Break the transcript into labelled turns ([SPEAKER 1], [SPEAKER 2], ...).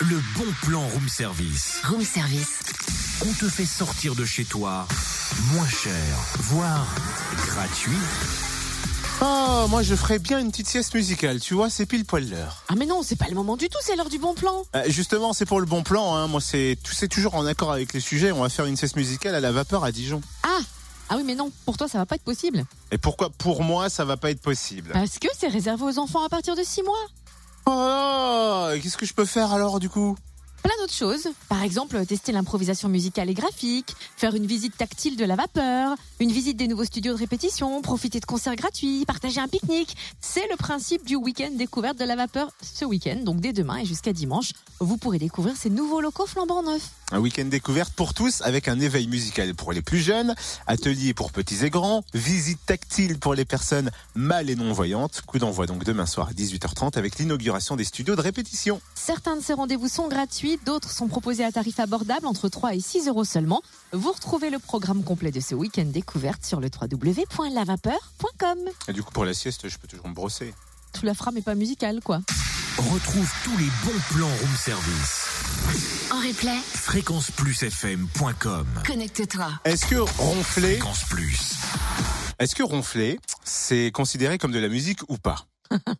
[SPEAKER 1] Le bon plan room service.
[SPEAKER 2] Room service.
[SPEAKER 1] On te fait sortir de chez toi moins cher, voire gratuit.
[SPEAKER 3] Ah, moi je ferais bien une petite sieste musicale, tu vois, c'est pile poil l'heure.
[SPEAKER 2] Ah mais non, c'est pas le moment du tout, c'est l'heure du bon plan.
[SPEAKER 3] Euh, justement, c'est pour le bon plan, hein. moi c'est tu sais, toujours en accord avec les sujets, on va faire une sieste musicale à la vapeur à Dijon.
[SPEAKER 2] Ah ah oui, mais non, pour toi, ça va pas être possible.
[SPEAKER 3] Et pourquoi pour moi ça va pas être possible
[SPEAKER 2] Parce que c'est réservé aux enfants à partir de 6 mois.
[SPEAKER 3] Oh, et qu'est-ce que je peux faire alors du coup
[SPEAKER 2] Plein d'autres choses. Par exemple, tester l'improvisation musicale et graphique, faire une visite tactile de la vapeur, une visite des nouveaux studios de répétition, profiter de concerts gratuits, partager un pique-nique. C'est le principe du week-end découverte de la vapeur ce week-end, donc dès demain et jusqu'à dimanche. Vous pourrez découvrir ces nouveaux locaux flambant neufs.
[SPEAKER 3] Un week-end découverte pour tous avec un éveil musical pour les plus jeunes, atelier pour petits et grands, visite tactile pour les personnes mâles et non-voyantes. Coup d'envoi donc demain soir à 18h30 avec l'inauguration des studios de répétition.
[SPEAKER 2] Certains de ces rendez-vous sont gratuits, d'autres sont proposés à tarif abordable entre 3 et 6 euros seulement. Vous retrouvez le programme complet de ce week-end découverte sur le www.lavapeur.com.
[SPEAKER 3] Et du coup pour la sieste, je peux toujours me brosser.
[SPEAKER 2] Tout la frappe mais pas musicale, quoi.
[SPEAKER 1] Retrouve tous les bons plans room service.
[SPEAKER 2] En replay,
[SPEAKER 1] Fréquenceplusfm.com.
[SPEAKER 2] connecte-toi.
[SPEAKER 3] Est-ce que ronfler,
[SPEAKER 1] Fréquence Plus.
[SPEAKER 3] est-ce que ronfler, c'est considéré comme de la musique ou pas